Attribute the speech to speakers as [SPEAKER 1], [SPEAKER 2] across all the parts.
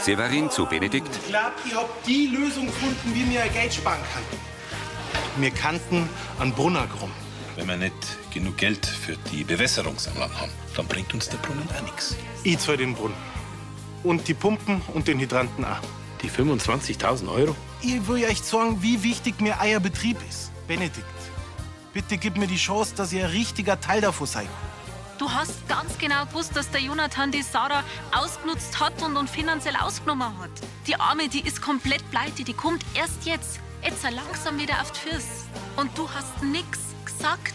[SPEAKER 1] Severin zu Benedikt.
[SPEAKER 2] Ich glaube, ich habe die Lösung gefunden, wie mir ein Geld sparen kann. Wir kannten einen Brunner krumm.
[SPEAKER 3] Wenn wir nicht genug Geld für die Bewässerungsanlagen haben, dann bringt uns der Brunnen auch nichts.
[SPEAKER 2] Ich zahl den Brunnen. Und die Pumpen und den Hydranten auch.
[SPEAKER 4] Die 25.000 Euro?
[SPEAKER 2] Ich will euch sagen, wie wichtig mir euer Betrieb ist. Benedikt, bitte gib mir die Chance, dass ihr ein richtiger Teil davon seid.
[SPEAKER 5] Du hast ganz genau gewusst, dass der Jonathan die Sarah ausgenutzt hat und, und finanziell ausgenommen hat. Die Arme, die ist komplett pleite, die kommt erst jetzt. Jetzt so langsam wieder auf die Füße. Und du hast nix gesagt.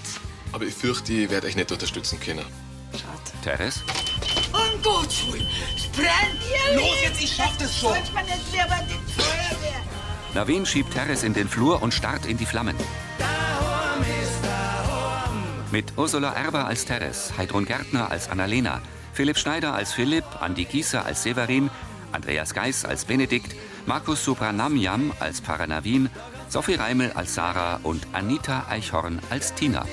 [SPEAKER 6] Aber ich fürchte, ich werde euch nicht unterstützen können.
[SPEAKER 1] Teres,
[SPEAKER 7] Um Gottes Willen, sprengt ihr
[SPEAKER 2] Los jetzt, ich schaff das schon.
[SPEAKER 7] Sollte man nicht lieber die Feuerwehr?
[SPEAKER 1] Navin schiebt Teres in den Flur und starrt in die Flammen. Mit Ursula Erber als Teres, Heidrun Gärtner als Annalena, Philipp Schneider als Philipp, Andi Gieser als Severin, Andreas Geis als Benedikt, Markus Supranamyam als Paranavin, Sophie Reimel als Sarah und Anita Eichhorn als Tina.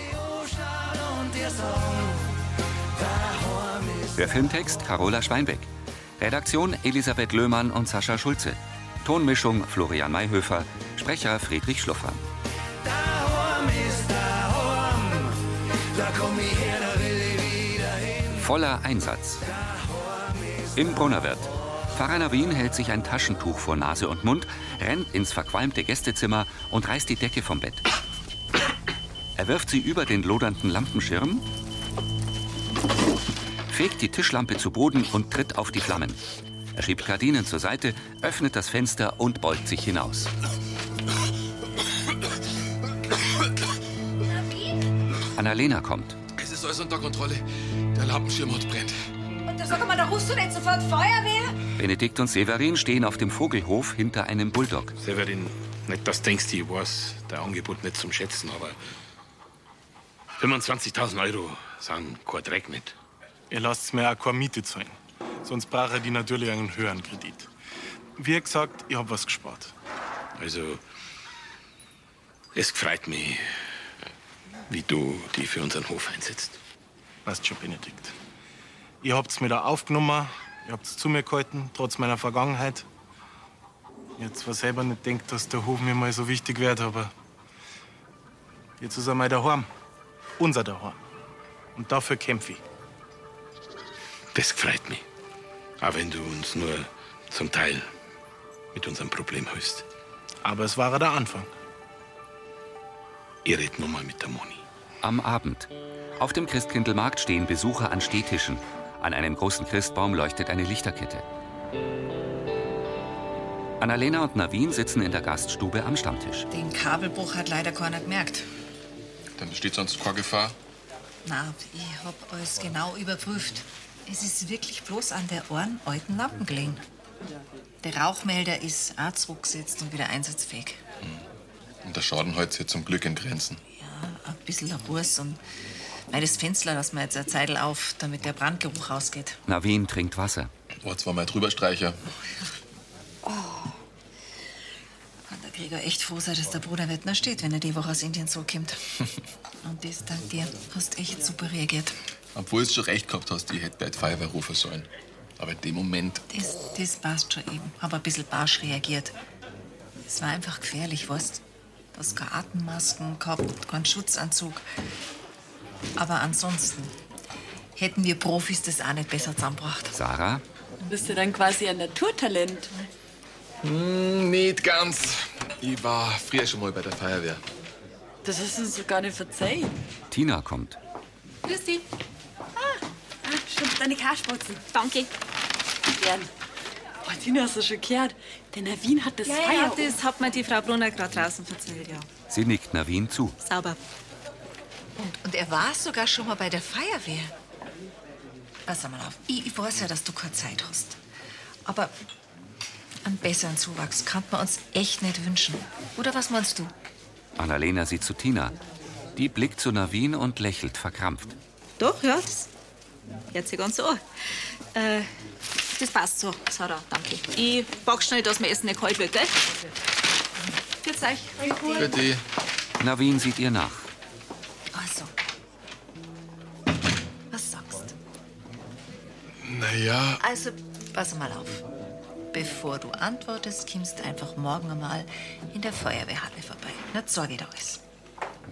[SPEAKER 1] Der Filmtext Carola Schweinbeck. Redaktion Elisabeth Löhmann und Sascha Schulze. Tonmischung Florian Mayhöfer. Sprecher Friedrich Schluffer. Voller Einsatz. Im Brunnerwirt. Pfarrer Navin hält sich ein Taschentuch vor Nase und Mund, rennt ins verqualmte Gästezimmer und reißt die Decke vom Bett. Er wirft sie über den lodernden Lampenschirm, fegt die Tischlampe zu Boden und tritt auf die Flammen. Er schiebt Gardinen zur Seite, öffnet das Fenster und beugt sich hinaus. Annalena kommt.
[SPEAKER 6] Es ist alles unter Kontrolle. Der Lampenschirm hat brennt.
[SPEAKER 7] Und da sag mal, da rufst du nicht sofort Feuerwehr?
[SPEAKER 1] Benedikt und Severin stehen auf dem Vogelhof hinter einem Bulldog.
[SPEAKER 4] Severin, nicht, dass du denkst, ich weiß dein Angebot nicht zum Schätzen, aber 25.000 Euro sind kein Dreck nicht.
[SPEAKER 2] Ihr lasst mir auch keine Miete zahlen. Sonst brauche ich die natürlich einen höheren Kredit. Wie gesagt, ich habe was gespart.
[SPEAKER 4] Also, es freut mich, wie du die für unseren Hof einsetzt.
[SPEAKER 2] Weißt schon, Benedikt. Ihr habt's mir da aufgenommen, ihr habt's zu mir gehalten, trotz meiner Vergangenheit. Jetzt war selber nicht denkt, dass der Hof mir mal so wichtig wird, aber jetzt ist er mein daheim. Unser daheim. Und dafür kämpfe ich.
[SPEAKER 4] Das freut mich. Auch wenn du uns nur zum Teil mit unserem Problem hilfst.
[SPEAKER 2] Aber es war der Anfang.
[SPEAKER 4] Ich red nochmal mit der Moni.
[SPEAKER 1] Am Abend. Auf dem Christkindlmarkt stehen Besucher an Stehtischen. An einem großen Christbaum leuchtet eine Lichterkette. Annalena und Navin sitzen in der Gaststube am Stammtisch.
[SPEAKER 8] Den Kabelbruch hat leider keiner gemerkt.
[SPEAKER 6] Dann besteht sonst keine Gefahr.
[SPEAKER 8] Na, ich hab alles genau überprüft. Es ist wirklich bloß an der Ohren alten Lampen gelegen. Der Rauchmelder ist auch zurückgesetzt und wieder einsatzfähig.
[SPEAKER 6] Und der Schaden hält sich zum Glück in Grenzen.
[SPEAKER 8] Ein bisschen ein Wurst und weil das Fenster lassen wir jetzt eine Zeitl auf, damit der Brandgeruch rausgeht.
[SPEAKER 1] Navin trinkt Wasser.
[SPEAKER 6] Oh, zweimal drüber streicher.
[SPEAKER 8] Kann der Gregor echt froh sein, dass der Bruder Wettner steht, wenn er die Woche aus Indien zurückkommt. und das dank dir. Hast echt super reagiert.
[SPEAKER 6] Obwohl es schon recht gehabt hast, ich hätte bald Feuerwehr rufen sollen. Aber in dem Moment,
[SPEAKER 8] Das, das passt schon eben. Hab ein bisschen barsch reagiert. Es war einfach gefährlich, weißt du? hast keine Atemmasken gehabt, keinen Schutzanzug. Aber ansonsten hätten wir Profis das auch nicht besser zusammengebracht.
[SPEAKER 1] Sarah,
[SPEAKER 9] Bist du dann quasi ein Naturtalent?
[SPEAKER 6] hm, nicht ganz. Ich war früher schon mal bei der Feuerwehr.
[SPEAKER 9] Das ist uns so gar nicht verzeih.
[SPEAKER 1] Tina kommt.
[SPEAKER 9] Grüß dich. Ah, stimmt, deine Karspotzen. Danke. Gern. Oh, Tina, hast du schon gehört? Der Navin hat das
[SPEAKER 5] Ah, Ja, ja, das hat mir die Frau Brunner gerade draußen erzählt, ja.
[SPEAKER 1] Sie nickt Navin zu.
[SPEAKER 5] Sauber.
[SPEAKER 8] Und, und er war sogar schon mal bei der Feuerwehr. Pass mal auf, ich, ich weiß ja, dass du keine Zeit hast. Aber einen besseren Zuwachs kann man uns echt nicht wünschen. Oder was meinst du?
[SPEAKER 1] Annalena sieht zu Tina. Die blickt zu Navin und lächelt verkrampft.
[SPEAKER 5] Doch, ja, das hört sich ganz so an. Äh, das passt so, Sarah, danke. Ich pack schnell, dass mein Essen nicht kalt wird, gell? Für euch.
[SPEAKER 6] Für die.
[SPEAKER 1] Navin sieht ihr nach.
[SPEAKER 8] Also, was sagst du?
[SPEAKER 6] Naja,
[SPEAKER 8] Also, pass mal auf. Bevor du antwortest, kommst einfach morgen einmal in der Feuerwehrhalle vorbei. Na, sorge da alles.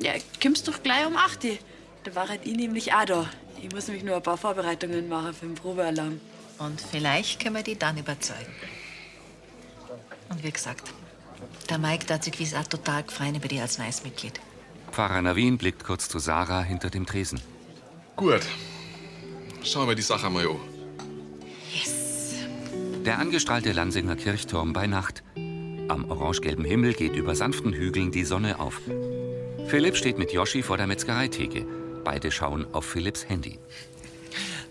[SPEAKER 9] Ja, kommst doch gleich um 8 Uhr. Da war halt ich nämlich auch da. Ich muss nämlich nur ein paar Vorbereitungen machen für den Probealarm.
[SPEAKER 8] Und vielleicht können wir die dann überzeugen. Und wie gesagt, der Mike hat sich gewiss auch total gefreut über dich als neues Mitglied.
[SPEAKER 1] Pfarrer Navin blickt kurz zu Sarah hinter dem Tresen.
[SPEAKER 6] Gut. Schauen wir die Sache mal an.
[SPEAKER 1] Der angestrahlte Lansinger Kirchturm bei Nacht. Am orangegelben Himmel geht über sanften Hügeln die Sonne auf. Philipp steht mit Joschi vor der Metzgereitheke. Beide schauen auf Philipps Handy.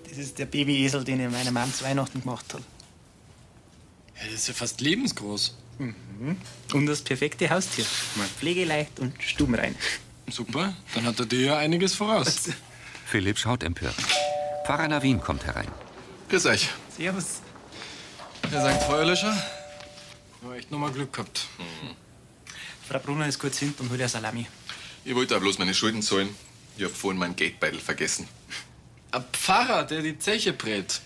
[SPEAKER 10] Das ist der Babyesel, den ich meiner Mom zu Weihnachten gemacht habe.
[SPEAKER 11] Das ist ja fast lebensgroß.
[SPEAKER 10] Und das perfekte Haustier. Man pflegeleicht und stummrein.
[SPEAKER 11] Super, dann hat er dir ja einiges voraus.
[SPEAKER 1] Philipp schaut empört. Pfarrer Navin kommt herein.
[SPEAKER 11] Grüß euch.
[SPEAKER 10] Servus.
[SPEAKER 11] Er sagt Feuerlöscher. Haben echt nochmal Glück gehabt.
[SPEAKER 10] Hm. Frau Brunner ist kurz hinten und holt eine Salami.
[SPEAKER 6] Ich wollte auch bloß meine Schulden zahlen. Ich hab vorhin meinen Geldbeutel vergessen.
[SPEAKER 11] Ein Pfarrer, der die Zeche brät.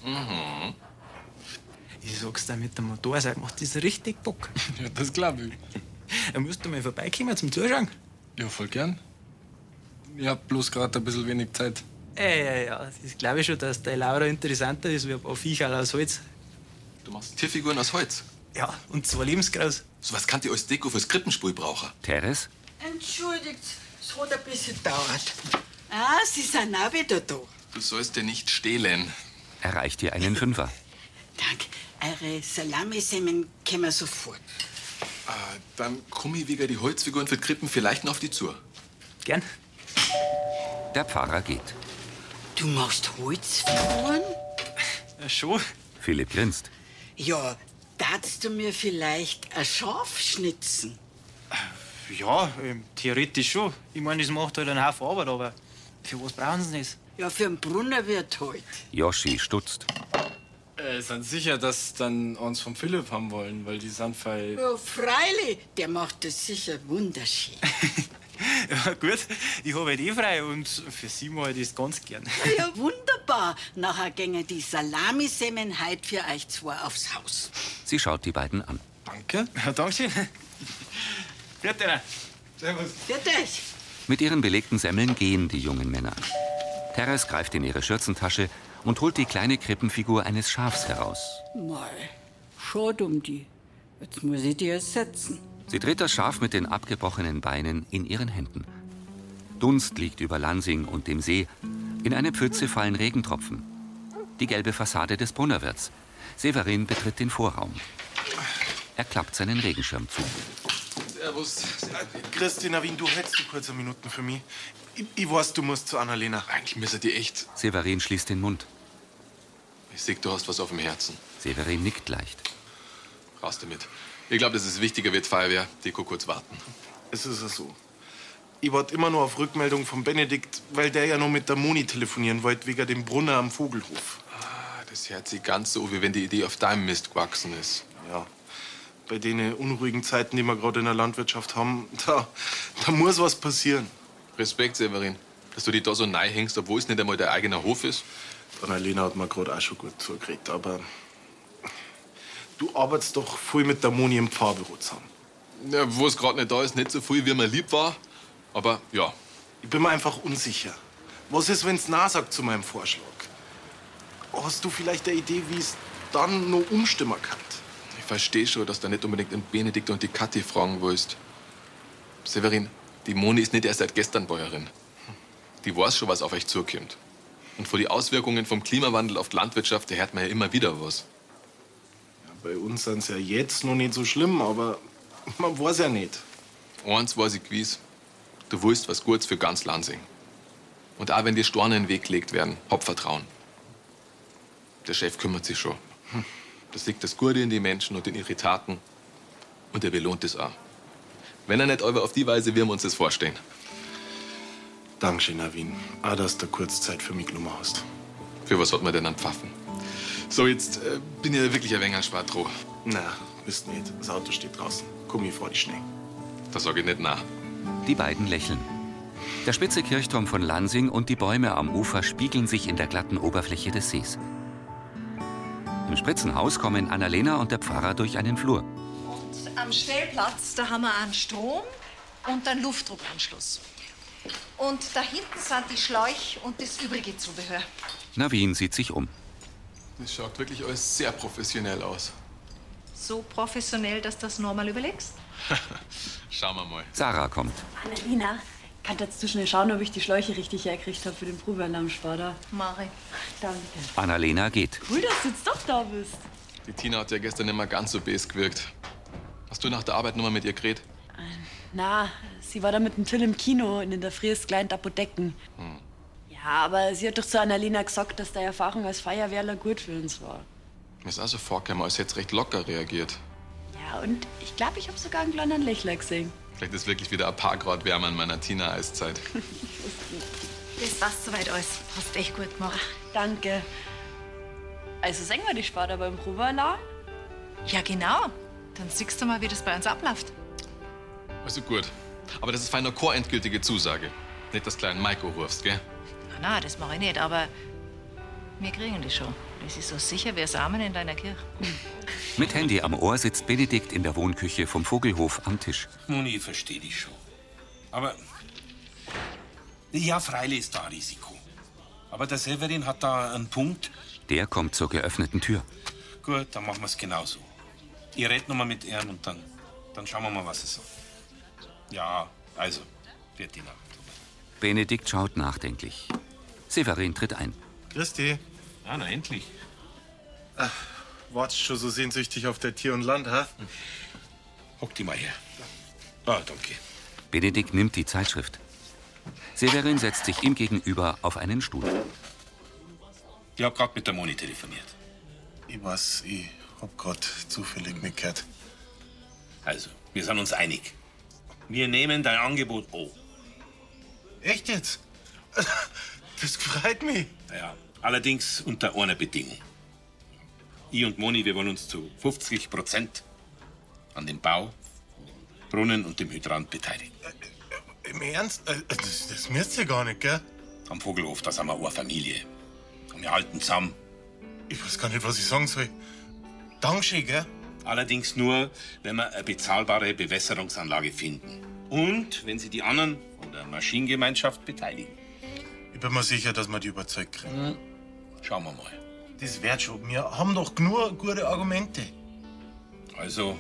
[SPEAKER 10] Ich sag's dir, mit dem Motorrad macht das richtig Bock.
[SPEAKER 11] Ja, das glaub ich.
[SPEAKER 10] Er müsste mal vorbeikommen zum Zuschauen.
[SPEAKER 11] Ja, voll gern. Ich hab bloß gerade ein bisschen wenig Zeit.
[SPEAKER 10] Äh, ja, ja, das glaube ich schon, dass der Laura interessanter ist wie ein paar Viecherl aus Holz.
[SPEAKER 6] Du machst Tierfiguren aus Holz.
[SPEAKER 10] Ja, und zwar lebensgroß.
[SPEAKER 6] So was kann ich als Deko fürs Krippenspiel brauchen.
[SPEAKER 1] Teres?
[SPEAKER 12] Entschuldigt, es hat ein bisschen gedauert. Ah, Sie sind auch wieder da.
[SPEAKER 6] Du sollst dir nicht stehlen.
[SPEAKER 1] Erreicht ihr einen Fünfer.
[SPEAKER 12] Eure Salamisemmen können wir sofort.
[SPEAKER 6] Äh, dann komm ich wegen die Holzfiguren für die Krippen vielleicht noch auf die zu.
[SPEAKER 10] Gern.
[SPEAKER 1] Der Pfarrer geht.
[SPEAKER 12] Du machst Holzfiguren?
[SPEAKER 10] schon.
[SPEAKER 1] Philipp grinst.
[SPEAKER 12] Ja, darfst du mir vielleicht ein Schaf schnitzen?
[SPEAKER 10] Ja, ähm, theoretisch schon. Ich meine, das macht halt einen Haufen Arbeit, aber für was brauchen sie das?
[SPEAKER 12] Ja, für einen Brunnerwirt halt.
[SPEAKER 1] Yoshi stutzt.
[SPEAKER 11] Äh, sind sicher, dass dann uns vom Philipp haben wollen, weil die Sandfall.
[SPEAKER 12] Ja, freilich, der macht das sicher wunderschön.
[SPEAKER 10] Ja, gut, ich habe halt eh frei und für sie mal ich das ganz gern.
[SPEAKER 12] Ja, wunderbar. Nachher gingen die Salamisemmen heute für euch zwei aufs Haus.
[SPEAKER 1] Sie schaut die beiden an.
[SPEAKER 10] Danke. Ja, danke. Bitte. Servus.
[SPEAKER 12] Für dich.
[SPEAKER 1] Mit ihren belegten Semmeln gehen die jungen Männer. Teres greift in ihre Schürzentasche und holt die kleine Krippenfigur eines Schafs heraus.
[SPEAKER 12] Mal, schade um die. Jetzt muss ich die ersetzen.
[SPEAKER 1] Sie dreht das Schaf mit den abgebrochenen Beinen in ihren Händen. Dunst liegt über Lansing und dem See. In eine Pfütze fallen Regentropfen. Die gelbe Fassade des Brunnerwirts. Severin betritt den Vorraum. Er klappt seinen Regenschirm zu.
[SPEAKER 2] Servus. Christina Wien, du hältst du kurz eine Minuten für mich. Ich, ich weiß, du musst zu Annalena.
[SPEAKER 6] Eigentlich müsste die echt.
[SPEAKER 1] Severin schließt den Mund.
[SPEAKER 6] Ich seh, du hast was auf dem Herzen.
[SPEAKER 1] Severin nickt leicht.
[SPEAKER 6] Raus damit. Ich glaube, das ist wichtiger wird Feuerwehr. Deko kurz warten.
[SPEAKER 2] Es ist ja so. Ich warte immer nur auf Rückmeldung von Benedikt, weil der ja noch mit der Moni telefonieren wollte, wegen dem Brunner am Vogelhof.
[SPEAKER 6] Ah, Das hört sich ganz so, wie wenn die Idee auf deinem Mist gewachsen ist.
[SPEAKER 2] Ja. Bei den äh, unruhigen Zeiten, die wir gerade in der Landwirtschaft haben, da, da muss was passieren.
[SPEAKER 6] Respekt, Severin, dass du dich da so nahe hängst, obwohl es nicht einmal dein eigener Hof ist.
[SPEAKER 2] Annalena hat mir gerade auch schon gut zugeredet, aber du arbeitest doch viel mit der Moni im Pfarrbüro zusammen.
[SPEAKER 6] Ja, wo es gerade nicht da ist, nicht so viel, wie mir lieb war. Aber ja,
[SPEAKER 2] Ich bin mir einfach unsicher. Was ist, wenn's Nein sagt zu meinem Vorschlag? Hast du vielleicht eine Idee, wie es dann noch umstimmen kann?
[SPEAKER 6] ich verstehe schon, dass du nicht unbedingt den Benedikt und die Kathi fragen willst. Severin, die Moni ist nicht erst seit gestern Bäuerin. Die weiß schon, was auf euch zukommt. Und vor die Auswirkungen vom Klimawandel auf die Landwirtschaft, da hört man ja immer wieder was.
[SPEAKER 2] Bei uns sind's ja jetzt noch nicht so schlimm, aber man weiß ja nicht.
[SPEAKER 6] Eins weiß ich gewiss, du willst was Gutes für ganz Lansing. Und auch wenn dir Stornen in den Weg gelegt werden, hab Vertrauen. Der Chef kümmert sich schon. Das liegt das Gute in den Menschen und in ihre Taten. Und er belohnt es auch. Wenn er nicht euer auf die Weise, wir uns das vorstellen.
[SPEAKER 2] Dankeschön, Navin. Ah, dass du kurz Zeit für mich genommen hast.
[SPEAKER 6] Für was hat man denn an Pfaffen? So, jetzt äh, bin ich wirklich ein wenig Schwadro.
[SPEAKER 2] Na, bist nicht. Das Auto steht draußen. Komm ich vor dich schnell.
[SPEAKER 6] Da sag ich nicht nach.
[SPEAKER 1] Die beiden lächeln. Der spitze Kirchturm von Lansing und die Bäume am Ufer spiegeln sich in der glatten Oberfläche des Sees. Im Spritzenhaus kommen Annalena und der Pfarrer durch einen Flur.
[SPEAKER 8] Am Stellplatz, da haben wir einen Strom und einen Luftdruckanschluss. Und da hinten sind die Schläuche und das übrige Zubehör.
[SPEAKER 1] Navin sieht sich um.
[SPEAKER 6] Das schaut wirklich alles sehr professionell aus.
[SPEAKER 8] So professionell, dass du das nochmal überlegst.
[SPEAKER 6] Schauen wir mal.
[SPEAKER 1] Sarah kommt.
[SPEAKER 9] Annalena, kann dazu schnell schauen, ob ich die Schläuche richtig hergekriegt habe für den Probealarmsparer.
[SPEAKER 8] Mari.
[SPEAKER 9] Danke.
[SPEAKER 1] Annalena geht.
[SPEAKER 9] Cool, dass du jetzt doch da bist.
[SPEAKER 6] Die Tina hat ja gestern nicht mal ganz so bes gewirkt. Hast du nach der Arbeit nochmal mit ihr geredet?
[SPEAKER 9] Na, sie war da mit dem Till im Kino und in der Früh ist klein Apotheken. Ja, aber sie hat doch zu Annalena gesagt, dass deine Erfahrung als Feuerwehrler gut für uns war.
[SPEAKER 6] Mir ist auch so vorgekommen, als hätte recht locker reagiert.
[SPEAKER 9] Ja, und ich glaube, ich habe sogar einen kleinen Lächler gesehen.
[SPEAKER 6] Vielleicht ist wirklich wieder ein paar Grad wärmer in meiner Tina-Eiszeit.
[SPEAKER 8] Das war's soweit alles. Hast echt gut gemacht.
[SPEAKER 9] Danke. Also singen wir die Sparta beim Probealarm?
[SPEAKER 8] Ja, genau. Dann siehst du mal, wie das bei uns abläuft.
[SPEAKER 6] Also gut. Aber das ist feiner Chor endgültige Zusage. Nicht das kleine Maiko rufst, gell?
[SPEAKER 8] Na, na, das mache ich nicht, aber wir kriegen das schon. Das ist so sicher wie das Amen in deiner Kirche.
[SPEAKER 1] Mit Handy am Ohr sitzt Benedikt in der Wohnküche vom Vogelhof am Tisch.
[SPEAKER 3] Nun, ich verstehe dich schon. Aber. Ja, freilich ist da ein Risiko. Aber der Severin hat da einen Punkt.
[SPEAKER 1] Der kommt zur geöffneten Tür.
[SPEAKER 3] Gut, dann machen wir es genauso. Ihr redet nochmal mit ihm und dann, dann schauen wir mal, was es sagt. Ja, also, wird die Nacht.
[SPEAKER 1] Benedikt schaut nachdenklich. Severin tritt ein.
[SPEAKER 2] Christi.
[SPEAKER 3] Ah, na endlich.
[SPEAKER 2] Ach, wartest schon so sehnsüchtig auf der Tier und Land, ha?
[SPEAKER 3] Hock die mal her. Ah, danke.
[SPEAKER 1] Benedikt nimmt die Zeitschrift. Severin setzt sich ihm gegenüber auf einen Stuhl.
[SPEAKER 3] Ich hab grad mit der Moni telefoniert.
[SPEAKER 2] Ich weiß, ich hab grad zufällig mitgehört.
[SPEAKER 3] Also, wir sind uns einig. Wir nehmen dein Angebot an.
[SPEAKER 2] Echt jetzt? Das freut mich.
[SPEAKER 3] Ja, allerdings unter einer Bedingung. Ich und Moni, wir wollen uns zu 50 Prozent an dem Bau, Brunnen und dem Hydrant beteiligen.
[SPEAKER 2] Im Ernst? Äh, Das, das müsst ihr gar nicht, gell?
[SPEAKER 3] Am Vogelhof, da sind wir eine Familie. Und wir halten zusammen.
[SPEAKER 2] Ich weiß gar nicht, was ich sagen soll. Dankeschön, gell?
[SPEAKER 3] Allerdings nur, wenn wir eine bezahlbare Bewässerungsanlage finden. Und wenn sie die anderen von der Maschinengemeinschaft beteiligen.
[SPEAKER 2] Ich bin mir sicher, dass wir die überzeugt kriegen.
[SPEAKER 3] Schauen wir mal.
[SPEAKER 2] Das wird schon. Wir haben doch nur gute Argumente.
[SPEAKER 3] Also,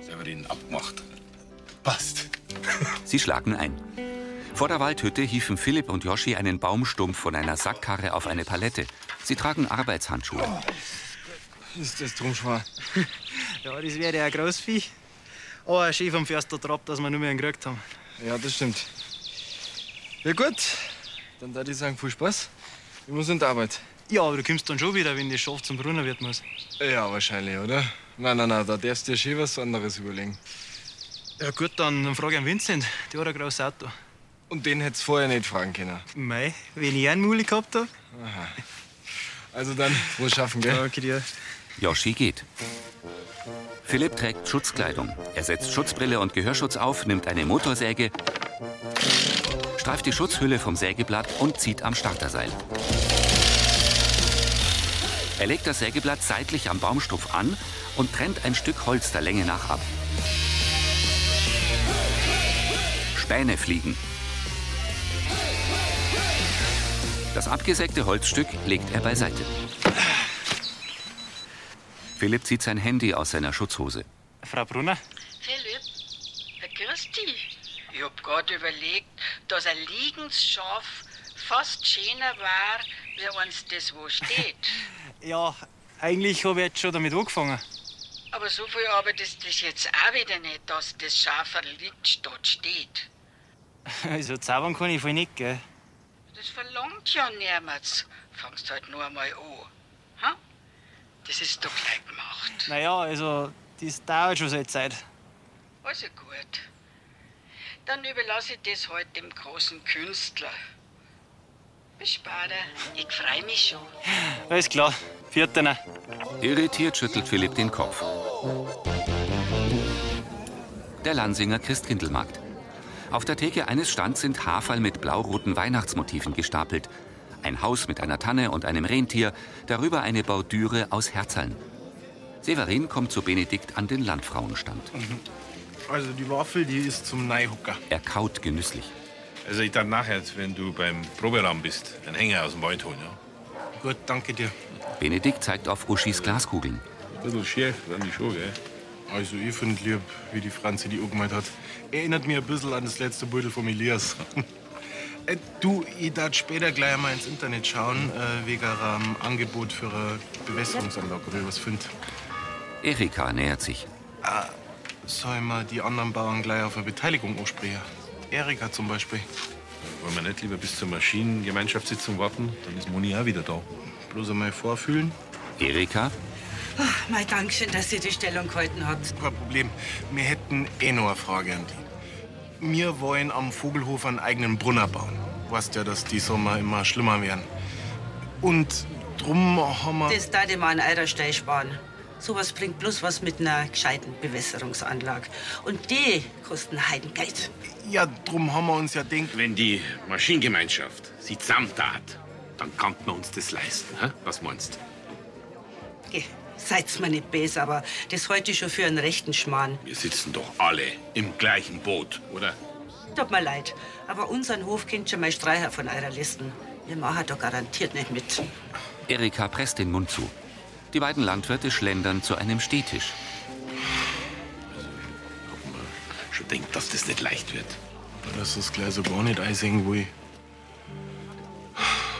[SPEAKER 3] Severin abgemacht.
[SPEAKER 2] Passt.
[SPEAKER 1] Sie schlagen ein. Vor der Waldhütte hieven Philipp und Joschi einen Baumstumpf von einer Sackkarre auf eine Palette. Sie tragen Arbeitshandschuhe.
[SPEAKER 2] Ist das drum schwer?
[SPEAKER 10] Ja, das wäre ja ein Großvieh. Aber ein Schiff am Förster Trab, dass wir nur mehr einen gekriegt haben.
[SPEAKER 13] Ja, das stimmt. Ja gut, dann würde ich sagen, viel Spaß. Ich muss in die Arbeit.
[SPEAKER 10] Ja, aber du kommst dann schon wieder, wenn das Schaf zum Brunnen wird muss.
[SPEAKER 13] Ja, wahrscheinlich, oder? Nein, nein, nein, da darfst du dir schon was anderes überlegen.
[SPEAKER 10] Ja gut, dann, dann frage ich an Vincent. Der hat ein großes Auto.
[SPEAKER 13] Und den hättest du vorher nicht fragen können.
[SPEAKER 10] Mei, wenn ich einen Muli gehabt hab.
[SPEAKER 13] Aha. Also dann, frohes Schaffen, gell?
[SPEAKER 10] Danke dir.
[SPEAKER 1] Joschi geht. Philipp trägt Schutzkleidung. Er setzt Schutzbrille und Gehörschutz auf, nimmt eine Motorsäge, streift die Schutzhülle vom Sägeblatt und zieht am Starterseil. Er legt das Sägeblatt seitlich am Baumstumpf an und trennt ein Stück Holz der Länge nach ab. Späne fliegen. Das abgesägte Holzstück legt er beiseite. Philipp zieht sein Handy aus seiner Schutzhose.
[SPEAKER 10] Frau Brunner?
[SPEAKER 12] Philipp, äh, grüß dich. Ich hab grad überlegt, dass ein liegendes Schaf fast schöner war, wie uns das wo steht.
[SPEAKER 10] Ja, eigentlich habe ich jetzt schon damit angefangen.
[SPEAKER 12] Aber so viel Arbeit ist das jetzt auch wieder nicht, dass das Schaf liegt statt steht.
[SPEAKER 10] Also zaubern kann ich voll nicht, gell?
[SPEAKER 12] Das verlangt ja niemand. Fangst halt nur einmal an. Ha? Das ist doch gleich gemacht.
[SPEAKER 10] Naja, also das dauert schon seit Zeit.
[SPEAKER 12] Also gut. Dann überlasse ich das heute dem großen Künstler. Bis später. Ich freue mich schon.
[SPEAKER 10] Alles klar, vierten.
[SPEAKER 1] Irritiert schüttelt Philipp den Kopf. Der Lansinger Christkindlmarkt. Auf der Theke eines Stands sind Haferl mit blau-roten Weihnachtsmotiven gestapelt. ein Haus mit einer Tanne und einem Rentier, darüber eine Bordüre aus Herzln. Severin kommt zu Benedikt an den Landfrauenstand.
[SPEAKER 2] Also die Waffel, die ist zum Neihucker.
[SPEAKER 1] Er kaut genüsslich.
[SPEAKER 3] Also ich dann nachher, wenn du beim Proberaum bist, einen Hänger aus dem Wald holen, ja?
[SPEAKER 2] Gut, danke dir.
[SPEAKER 1] Benedikt zeigt auf Uschis Glaskugeln.
[SPEAKER 2] Ein bisschen schief, dann die Schuhe, gell? Also, ich finde lieb, wie die Franzi die angemalt hat. Erinnert mich ein bisschen an das letzte Beutel von Elias. Äh, du, ich darf später gleich mal ins Internet schauen, äh, wegen einem Angebot für eine Bewässerungsanlage, ob ich was finde.
[SPEAKER 1] Erika nähert sich.
[SPEAKER 2] Ah, soll man die anderen Bauern gleich auf eine Beteiligung ansprechen? Erika zum Beispiel.
[SPEAKER 3] Wollen wir nicht lieber bis zur Maschinengemeinschaftssitzung warten? Dann ist Moni auch wieder da.
[SPEAKER 2] Bloß einmal vorfühlen.
[SPEAKER 1] Erika?
[SPEAKER 2] Ach, mein Dankeschön, dass sie die Stellung gehalten hat. Kein Problem. Wir hätten eh noch eine Frage an die. Wir wollen am Vogelhof einen eigenen Brunner bauen. Du weißt ja, dass die Sommer immer schlimmer werden. Und drum haben wir...
[SPEAKER 14] Das darf ich mal an einer Stelle sparen. Sowas bringt bloß was mit einer gescheiten Bewässerungsanlage. Und die kosten Heidengeld.
[SPEAKER 2] Ja, drum haben wir uns ja denkt.
[SPEAKER 3] Wenn die Maschinengemeinschaft sie zusammentat, dann kann man uns das leisten. Hä? Was meinst du?
[SPEAKER 14] Geh, seid's mir nicht bes, aber das heute schon für einen rechten Schmarrn.
[SPEAKER 3] Wir sitzen doch alle im gleichen Boot, oder?
[SPEAKER 14] Tut mir leid, aber unseren Hof kennt schon mal Streicher von eurer Listen. Wir machen doch garantiert nicht mit.
[SPEAKER 1] Erika presst den Mund zu. Die beiden Landwirte schlendern zu einem Stehtisch.
[SPEAKER 3] Schon denkt, dass das nicht leicht wird.
[SPEAKER 2] Dass das gleich so gar nicht einsehen will.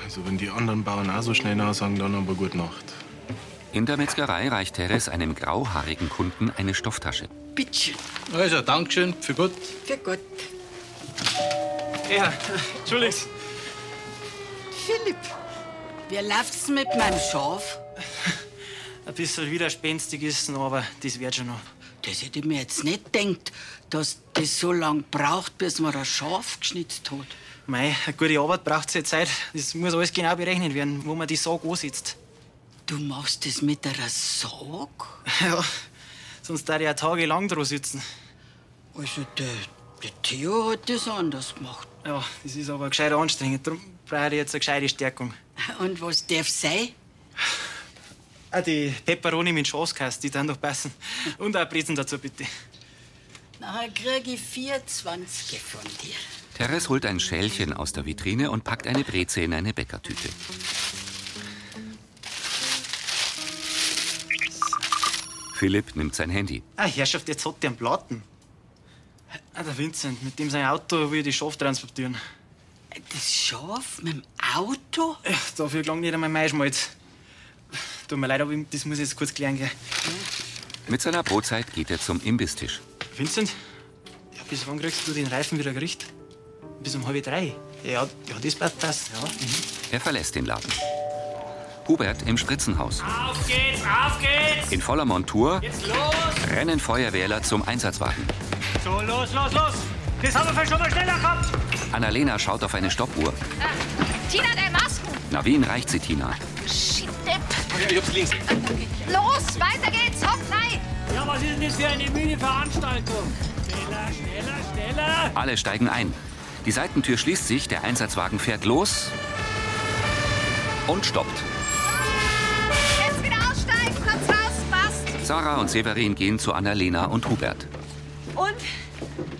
[SPEAKER 2] Also, wenn die anderen Bauern auch so schnell nachsagen, dann aber gut Nacht.
[SPEAKER 1] In der Metzgerei reicht Teres einem grauhaarigen Kunden eine Stofftasche.
[SPEAKER 15] Bitteschön.
[SPEAKER 1] Also, Dankeschön, für gut.
[SPEAKER 15] Für Gott.
[SPEAKER 10] Ja, Entschuldigung.
[SPEAKER 15] Philipp, wie läuft's mit meinem Schaf?
[SPEAKER 10] Ein bisschen widerspenstig ist noch, aber das wird schon noch.
[SPEAKER 15] Das hätte ich mir jetzt nicht gedacht, dass das so lang braucht, bis man ein Schaf geschnitzt hat.
[SPEAKER 10] Mei, eine gute Arbeit braucht ja Zeit. Das muss alles genau berechnet werden, wo man die Sag ansetzt.
[SPEAKER 15] Du machst das mit einer Sag?
[SPEAKER 10] Ja, sonst darf ich ja tagelang dran sitzen.
[SPEAKER 15] Also, der, der Theo hat das anders gemacht.
[SPEAKER 10] Ja, das ist aber gescheit anstrengend. Darum brauche ich jetzt eine gescheite Stärkung.
[SPEAKER 15] Und was darf sein?
[SPEAKER 10] Ah, die Peperoni mit Schafskast, die dann doch passen. Und auch Brezen dazu, bitte.
[SPEAKER 15] Nachher krieg ich 24 von dir.
[SPEAKER 1] Teres holt ein Schälchen aus der Vitrine und packt eine Breze in eine Bäckertüte. Philipp nimmt sein Handy.
[SPEAKER 10] Ah, Herrschaft, jetzt hat der einen Platten. Ah, der Vincent, mit dem sein Auto will ich die Schaf transportieren.
[SPEAKER 15] Das Schaf mit dem Auto?
[SPEAKER 10] Ja, dafür gelang nicht einmal mein Schmalz. Tut mir leid, aber ich- das muss ich jetzt kurz klären. Gell?
[SPEAKER 1] Mit seiner Brotzeit geht er zum Imbisstisch.
[SPEAKER 10] Vincent, ja, bis wann kriegst du den Reifen wieder gericht? Bis um halb drei. Ja, ja das passt das. Ja.
[SPEAKER 1] Er verlässt den Laden. Hubert im Spritzenhaus.
[SPEAKER 16] Auf geht's, auf geht's!
[SPEAKER 1] In voller Montur
[SPEAKER 16] Jetzt los!
[SPEAKER 1] rennen Feuerwehrler zum Einsatzwagen.
[SPEAKER 16] So, los, los, los! Das haben wir schon mal schneller gehabt!
[SPEAKER 1] Annalena schaut auf eine Stoppuhr.
[SPEAKER 5] Ah, Tina, dein Masken!
[SPEAKER 1] Navin reicht sie Tina.
[SPEAKER 5] Shit, Depp! Ah,
[SPEAKER 1] Ich hab's links.
[SPEAKER 5] Los, weiter geht's, hopp, nein!
[SPEAKER 16] Ja, was ist denn das für eine müde Veranstaltung? Schneller, schneller, schneller!
[SPEAKER 1] Alle steigen ein. Die Seitentür schließt sich, der Einsatzwagen fährt los und stoppt.
[SPEAKER 5] Jetzt wieder aussteigen, kurz raus, passt!
[SPEAKER 1] Sarah und Severin gehen zu Annalena und Hubert.
[SPEAKER 16] Und?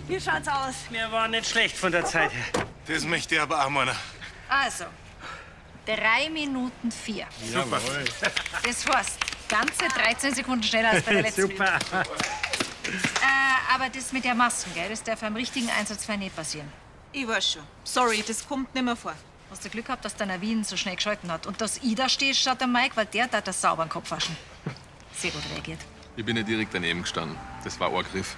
[SPEAKER 16] Wie schaut's aus? Mir war nicht schlecht von der Zeit her.
[SPEAKER 2] Das möchte ich aber auch mal.
[SPEAKER 17] Also, drei Minuten vier.
[SPEAKER 2] Super.
[SPEAKER 17] Das heißt, ganze 13 Sekunden schneller als bei der letzten Übung.
[SPEAKER 16] Super.
[SPEAKER 17] Äh, aber das mit der Masken, gell, das darf beim richtigen Einsatzfall nicht passieren.
[SPEAKER 14] Ich weiß schon. Sorry, das kommt nimmer vor.
[SPEAKER 17] Hast du Glück gehabt, dass der Navin so schnell geschalten hat und dass ich da stehe statt der Mike, weil der da das sauberen Kopf waschen. Sehr gut reagiert.
[SPEAKER 6] Ich bin ja direkt daneben gestanden. Das war Ohrgriff.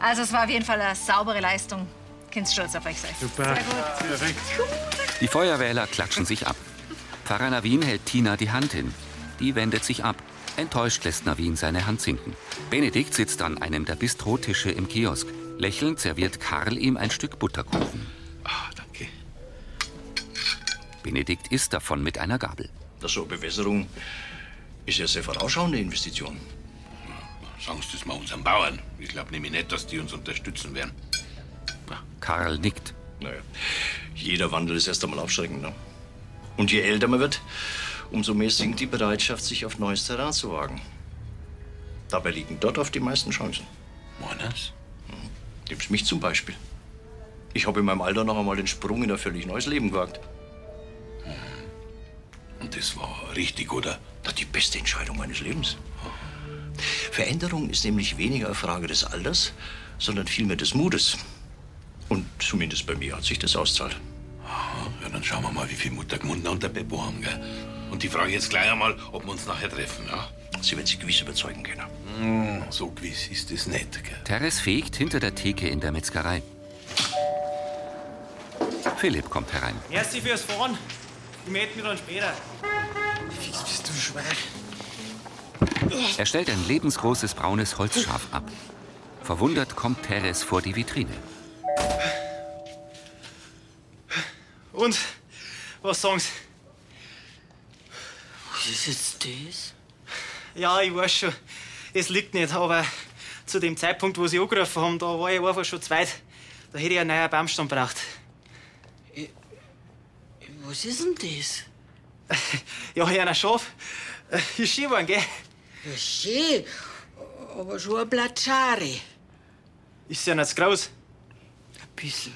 [SPEAKER 17] Also es war auf jeden Fall eine saubere Leistung. Könnt stolz auf euch sein.
[SPEAKER 1] Super.
[SPEAKER 17] Sehr gut.
[SPEAKER 1] Die Feuerwehrler klatschen sich ab. Pfarrer Navin hält Tina die Hand hin. Die wendet sich ab. Enttäuscht lässt Navin seine Hand sinken. Benedikt sitzt an einem der Bistrotische im Kiosk. Lächelnd serviert Karl ihm ein Stück Butterkuchen.
[SPEAKER 3] Ah,
[SPEAKER 1] Benedikt isst davon mit einer Gabel.
[SPEAKER 18] Das so eine Bewässerung ist ja sehr vorausschauende Investition.
[SPEAKER 3] Sagen Sie das mal unseren Bauern. Ich glaube nämlich nicht, dass die uns unterstützen werden.
[SPEAKER 1] Karl nickt.
[SPEAKER 18] Naja, jeder Wandel ist erst einmal aufschreckend. Ne? Und je älter man wird, umso mehr sinkt die Bereitschaft, sich auf neues Terrain zu wagen. Dabei liegen dort oft die meisten Chancen.
[SPEAKER 19] Meines?
[SPEAKER 18] Nimmst mich zum Beispiel. Ich habe in meinem Alter noch einmal den Sprung in ein völlig neues Leben gewagt.
[SPEAKER 19] Mhm. Und das war richtig, oder?
[SPEAKER 18] Na, die beste Entscheidung meines Lebens. Veränderung ist nämlich weniger eine Frage des Alters, sondern vielmehr des Mutes. Und zumindest bei mir hat sich das ausgezahlt.
[SPEAKER 19] Ja, dann schauen wir mal, wie viel Mutter Gmunda und der Beppo haben, gell? Und die frage jetzt gleich einmal, ob wir uns nachher treffen, ja? Mhm,
[SPEAKER 18] Sie werden sich gewiss überzeugen können.
[SPEAKER 19] so gewiss ist es nicht, gell?
[SPEAKER 1] Teres fegt hinter der Theke in der Metzgerei. Philipp kommt herein.
[SPEAKER 10] Merci fürs Fahren. Ich melde mich dann später.
[SPEAKER 7] Fies bist du schwach.
[SPEAKER 1] Er stellt ein lebensgroßes braunes Holzschaf ab. Verwundert kommt Teres vor die Vitrine.
[SPEAKER 10] Und? Was sagen Sie?
[SPEAKER 12] Was ist jetzt das?
[SPEAKER 10] Ja, ich weiß schon, es liegt nicht, aber zu dem Zeitpunkt, wo Sie angerufen haben, da war ich einfach schon zu weit. Da hätte ich einen neuen Baumstamm braucht.
[SPEAKER 12] Was ist denn das?
[SPEAKER 10] Ja, ich einen Schaf. Äh, Ist schön geworden, gell?
[SPEAKER 12] Ja, schön, aber schon ein Blatschari.
[SPEAKER 10] Ist ja nicht zu groß.
[SPEAKER 12] Ein bisschen.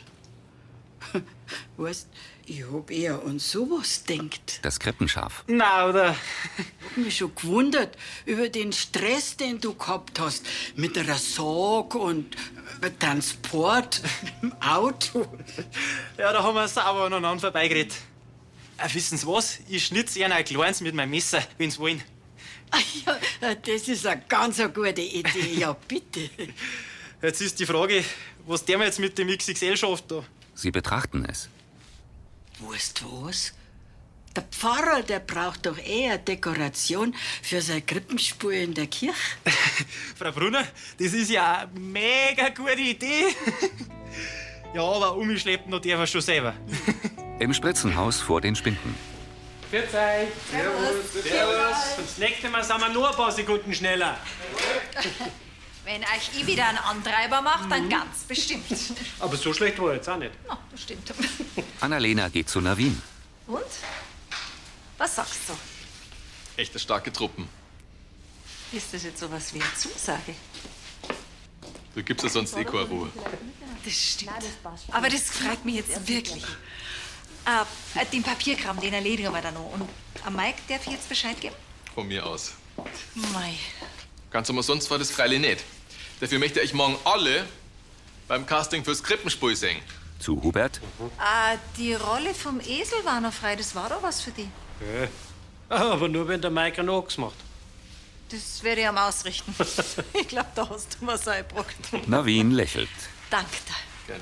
[SPEAKER 12] Weißt, ich hab eher an sowas denkt.
[SPEAKER 1] Das Krippenschaf.
[SPEAKER 10] Na, oder?
[SPEAKER 12] Hab mich schon gewundert über den Stress, den du gehabt hast. Mit der Sorg und äh, Transport im Auto.
[SPEAKER 10] Ja, da haben wir sauber aneinander vorbeigeredet. Äh, wissen Sie was? Ich schnitze Ihnen ein kleines mit meinem Messer, wenn Sie wollen.
[SPEAKER 12] Ja, äh, Das ist eine ganz eine gute Idee. Ja, bitte.
[SPEAKER 10] Jetzt ist die Frage, was der mir jetzt mit dem XXL schafft da?
[SPEAKER 1] Sie betrachten es.
[SPEAKER 12] Weißt was? Der Pfarrer, der braucht doch eher Dekoration für seine Krippenspur in der Kirche.
[SPEAKER 10] Frau Brunner, das ist ja eine mega gute Idee. ja, aber umschleppen noch darf er schon selber.
[SPEAKER 1] Im Spritzenhaus vor den Spinden.
[SPEAKER 10] Grüß euch. Servus.
[SPEAKER 7] Servus.
[SPEAKER 10] Das nächste Mal sind wir nur ein paar Sekunden schneller.
[SPEAKER 8] Wenn euch ich wieder einen Antreiber macht,
[SPEAKER 12] Mhm.
[SPEAKER 8] dann ganz bestimmt.
[SPEAKER 10] Aber so schlecht war jetzt auch nicht.
[SPEAKER 8] Na, das stimmt.
[SPEAKER 1] Annalena geht zu Navin.
[SPEAKER 8] Und? Was sagst du?
[SPEAKER 6] Echte starke Truppen.
[SPEAKER 8] Ist das jetzt sowas wie eine Zusage?
[SPEAKER 6] Du gibst ja sonst eh keine Ruhe.
[SPEAKER 8] Das stimmt. Aber das freut mich jetzt wirklich. Äh, den Papierkram, den erledigen wir dann noch. Und am Mike darf ich jetzt Bescheid geben?
[SPEAKER 6] Von mir aus.
[SPEAKER 8] Mei.
[SPEAKER 6] Ganz aber sonst war das freilich nicht. Dafür möchte ich morgen alle beim Casting fürs Krippenspiel singen.
[SPEAKER 1] Zu Hubert.
[SPEAKER 8] Äh, die Rolle vom Esel war noch frei. Das war doch was für die.
[SPEAKER 20] Ja. Ah, Aber nur, wenn der Mike einen Ochs macht.
[SPEAKER 8] Das werde ich am Ausrichten. ich glaube, da hast du was eingebrockt.
[SPEAKER 1] Navin lächelt.
[SPEAKER 8] Danke dir.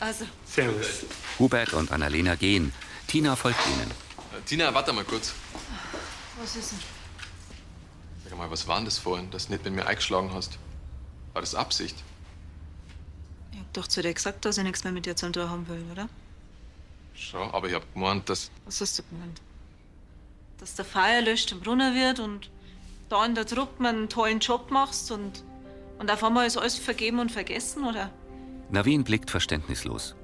[SPEAKER 8] Also,
[SPEAKER 1] Servus. Hubert und Annalena gehen. Tina folgt ihnen.
[SPEAKER 6] Äh, Tina, warte mal kurz.
[SPEAKER 8] was ist denn?
[SPEAKER 6] Sag mal, was war denn das vorhin, dass du nicht mit mir eingeschlagen hast? War das Absicht?
[SPEAKER 5] Ich hab doch zu dir gesagt, dass ich nichts mehr mit dir zu tun haben will, oder?
[SPEAKER 6] Schau, aber ich hab gemeint, dass.
[SPEAKER 5] Was hast du gemeint? Dass der Feierlösch im Brunner wird und da in der Truppe einen tollen Job machst und, und auf einmal ist alles vergeben und vergessen, oder?
[SPEAKER 1] Navin blickt verständnislos.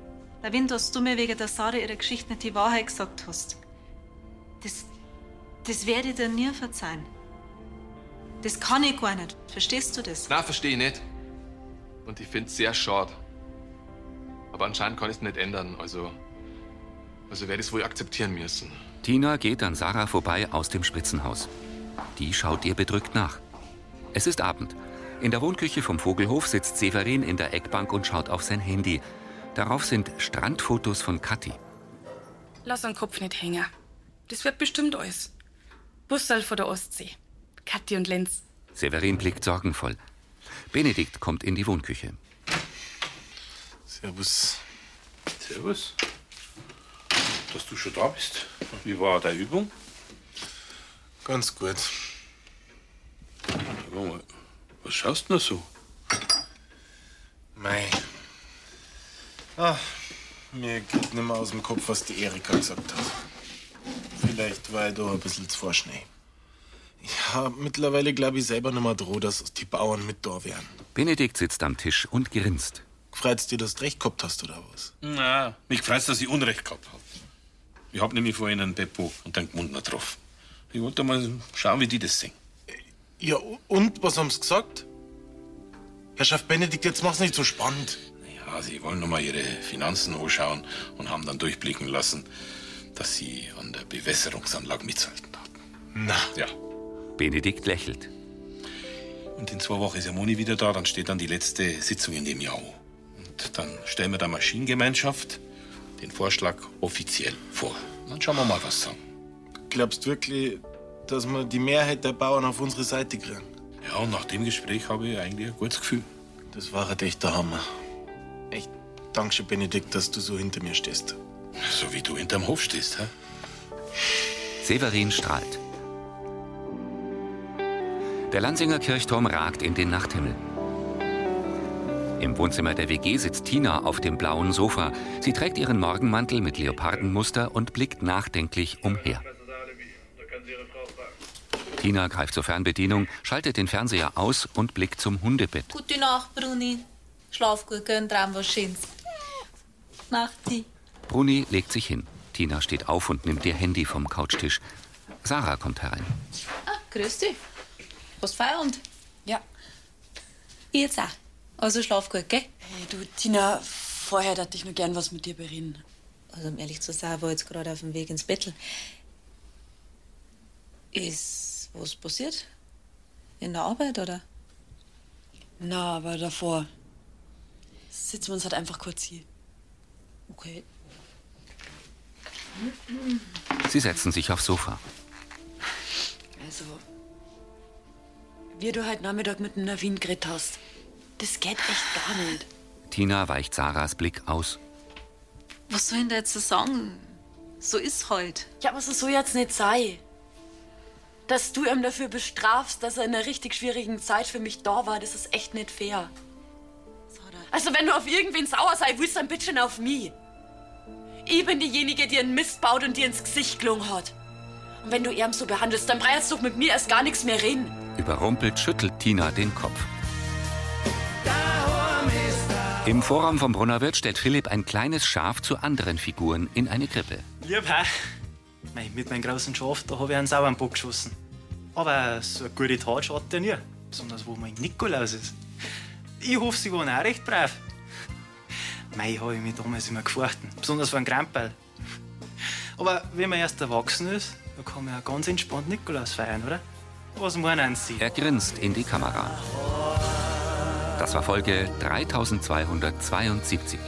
[SPEAKER 5] Na, wenn dass du mir wegen der Sarah ihre Geschichte nicht die Wahrheit gesagt hast, das, das werde ich dir nie verzeihen. Das kann ich gar nicht. Verstehst du das?
[SPEAKER 6] Na, verstehe ich nicht. Und ich find's sehr schade. Aber anscheinend kann ich's nicht ändern, also. Also werde ich's wohl akzeptieren müssen.
[SPEAKER 1] Tina geht an Sarah vorbei aus dem Spritzenhaus. Die schaut ihr bedrückt nach. Es ist Abend. In der Wohnküche vom Vogelhof sitzt Severin in der Eckbank und schaut auf sein Handy. Darauf sind Strandfotos von Kathi.
[SPEAKER 9] Lass den Kopf nicht hängen. Das wird bestimmt alles. Bussal vor der Ostsee. Kathi und Lenz.
[SPEAKER 1] Severin blickt sorgenvoll. Benedikt kommt in die Wohnküche.
[SPEAKER 2] Servus.
[SPEAKER 3] Servus. Dass du schon da bist. Wie war deine Übung?
[SPEAKER 2] Ganz gut.
[SPEAKER 3] Was schaust du denn so?
[SPEAKER 2] Mei. Ah, mir geht nimmer aus dem Kopf, was die Erika gesagt hat. Vielleicht war ich da ein bisschen zu vorschnell. Ja, mittlerweile glaube ich selber nimmer droh, dass die Bauern mit da wären.
[SPEAKER 1] Benedikt sitzt am Tisch und grinst.
[SPEAKER 2] Freut's dir, dass du recht gehabt hast, oder was?
[SPEAKER 3] Na, mich freut's, dass ich Unrecht gehabt habe.
[SPEAKER 21] Ich hab nämlich vorhin einen Beppo und einen Gmundner getroffen. Ich wollte mal schauen, wie die das sehen.
[SPEAKER 2] Ja, und was haben sie gesagt? Herrschaft Benedikt, jetzt mach's nicht so spannend.
[SPEAKER 3] Ja, sie wollen nochmal ihre Finanzen anschauen und haben dann durchblicken lassen, dass sie an der Bewässerungsanlage mithalten hatten.
[SPEAKER 2] Na.
[SPEAKER 3] Ja.
[SPEAKER 1] Benedikt lächelt.
[SPEAKER 3] Und in zwei Wochen ist ja Moni wieder da, dann steht dann die letzte Sitzung in dem Jahr. an. Und dann stellen wir der Maschinengemeinschaft den Vorschlag offiziell vor. Dann schauen wir mal, was sie sagen.
[SPEAKER 2] Glaubst wirklich, dass wir die Mehrheit der Bauern auf unsere Seite kriegen?
[SPEAKER 3] Ja, und nach dem Gespräch habe ich eigentlich ein gutes Gefühl.
[SPEAKER 2] Das war halt echt der Hammer. Echt, danke schön, Benedikt, dass du so hinter mir stehst.
[SPEAKER 3] So wie du hinterm Hof stehst, hä?
[SPEAKER 1] Severin strahlt. Der Lansinger Kirchturm ragt in den Nachthimmel. Im Wohnzimmer der WG sitzt Tina auf dem blauen Sofa. Sie trägt ihren Morgenmantel mit Leopardenmuster und blickt nachdenklich umher. Tina greift zur Fernbedienung, schaltet den Fernseher aus und blickt zum Hundebett.
[SPEAKER 7] Gute Nacht, Bruni. Schlaf gut, gönn dran was Schönes. Nachti.
[SPEAKER 1] Bruni legt sich hin. Tina steht auf und nimmt ihr Handy vom Couchtisch. Sarah kommt herein.
[SPEAKER 7] Ah, grüß dich. Hast Feierabend? Ja. Ich jetzt auch. Also schlaf gut, gell?
[SPEAKER 9] Hey, du, Tina, vorher dachte ich nur gern was mit dir bereden.
[SPEAKER 7] Also, um ehrlich zu sein, war ich jetzt gerade auf dem Weg ins Bettel. Ist was passiert? In der Arbeit, oder?
[SPEAKER 9] Na, aber davor. Sitzen wir uns halt einfach kurz hier.
[SPEAKER 7] Okay.
[SPEAKER 1] Sie setzen sich aufs Sofa.
[SPEAKER 9] Also, wie du heute Nachmittag mit dem Navin geredet hast, das geht echt gar nicht.
[SPEAKER 1] Tina weicht Sarahs Blick aus.
[SPEAKER 5] Was soll ich denn da jetzt so sagen? So ist halt.
[SPEAKER 9] Ja, aber es soll jetzt nicht sein. Dass du ihm dafür bestrafst, dass er in einer richtig schwierigen Zeit für mich da war, das ist echt nicht fair. Also, wenn du auf irgendwen sauer sei willst, dann bitte schön auf mich. Ich bin diejenige, die einen Mist baut und dir ins Gesicht gelungen hat. Und wenn du ihn so behandelst, dann brauchst du doch mit mir erst gar nichts mehr reden.
[SPEAKER 1] Überrumpelt schüttelt Tina den Kopf. Im Vorraum vom Brunnerwirt stellt Philipp ein kleines Schaf zu anderen Figuren in eine Krippe.
[SPEAKER 10] Lieb, hä? Mei, mit meinem großen Schaf, da habe ich einen sauberen Bock geschossen. Aber so eine gute Tat schadet ja nie. Besonders, wo mein Nikolaus ist. Ich hoffe, sie waren auch recht brav. Mei, habe ich mich damals immer gefurchten. Besonders vor einem Krampel. Aber wenn man erst erwachsen ist, dann kann man ja ganz entspannt Nikolaus feiern, oder? Was meinen Sie?
[SPEAKER 1] Er grinst in die Kamera. Das war Folge 3272.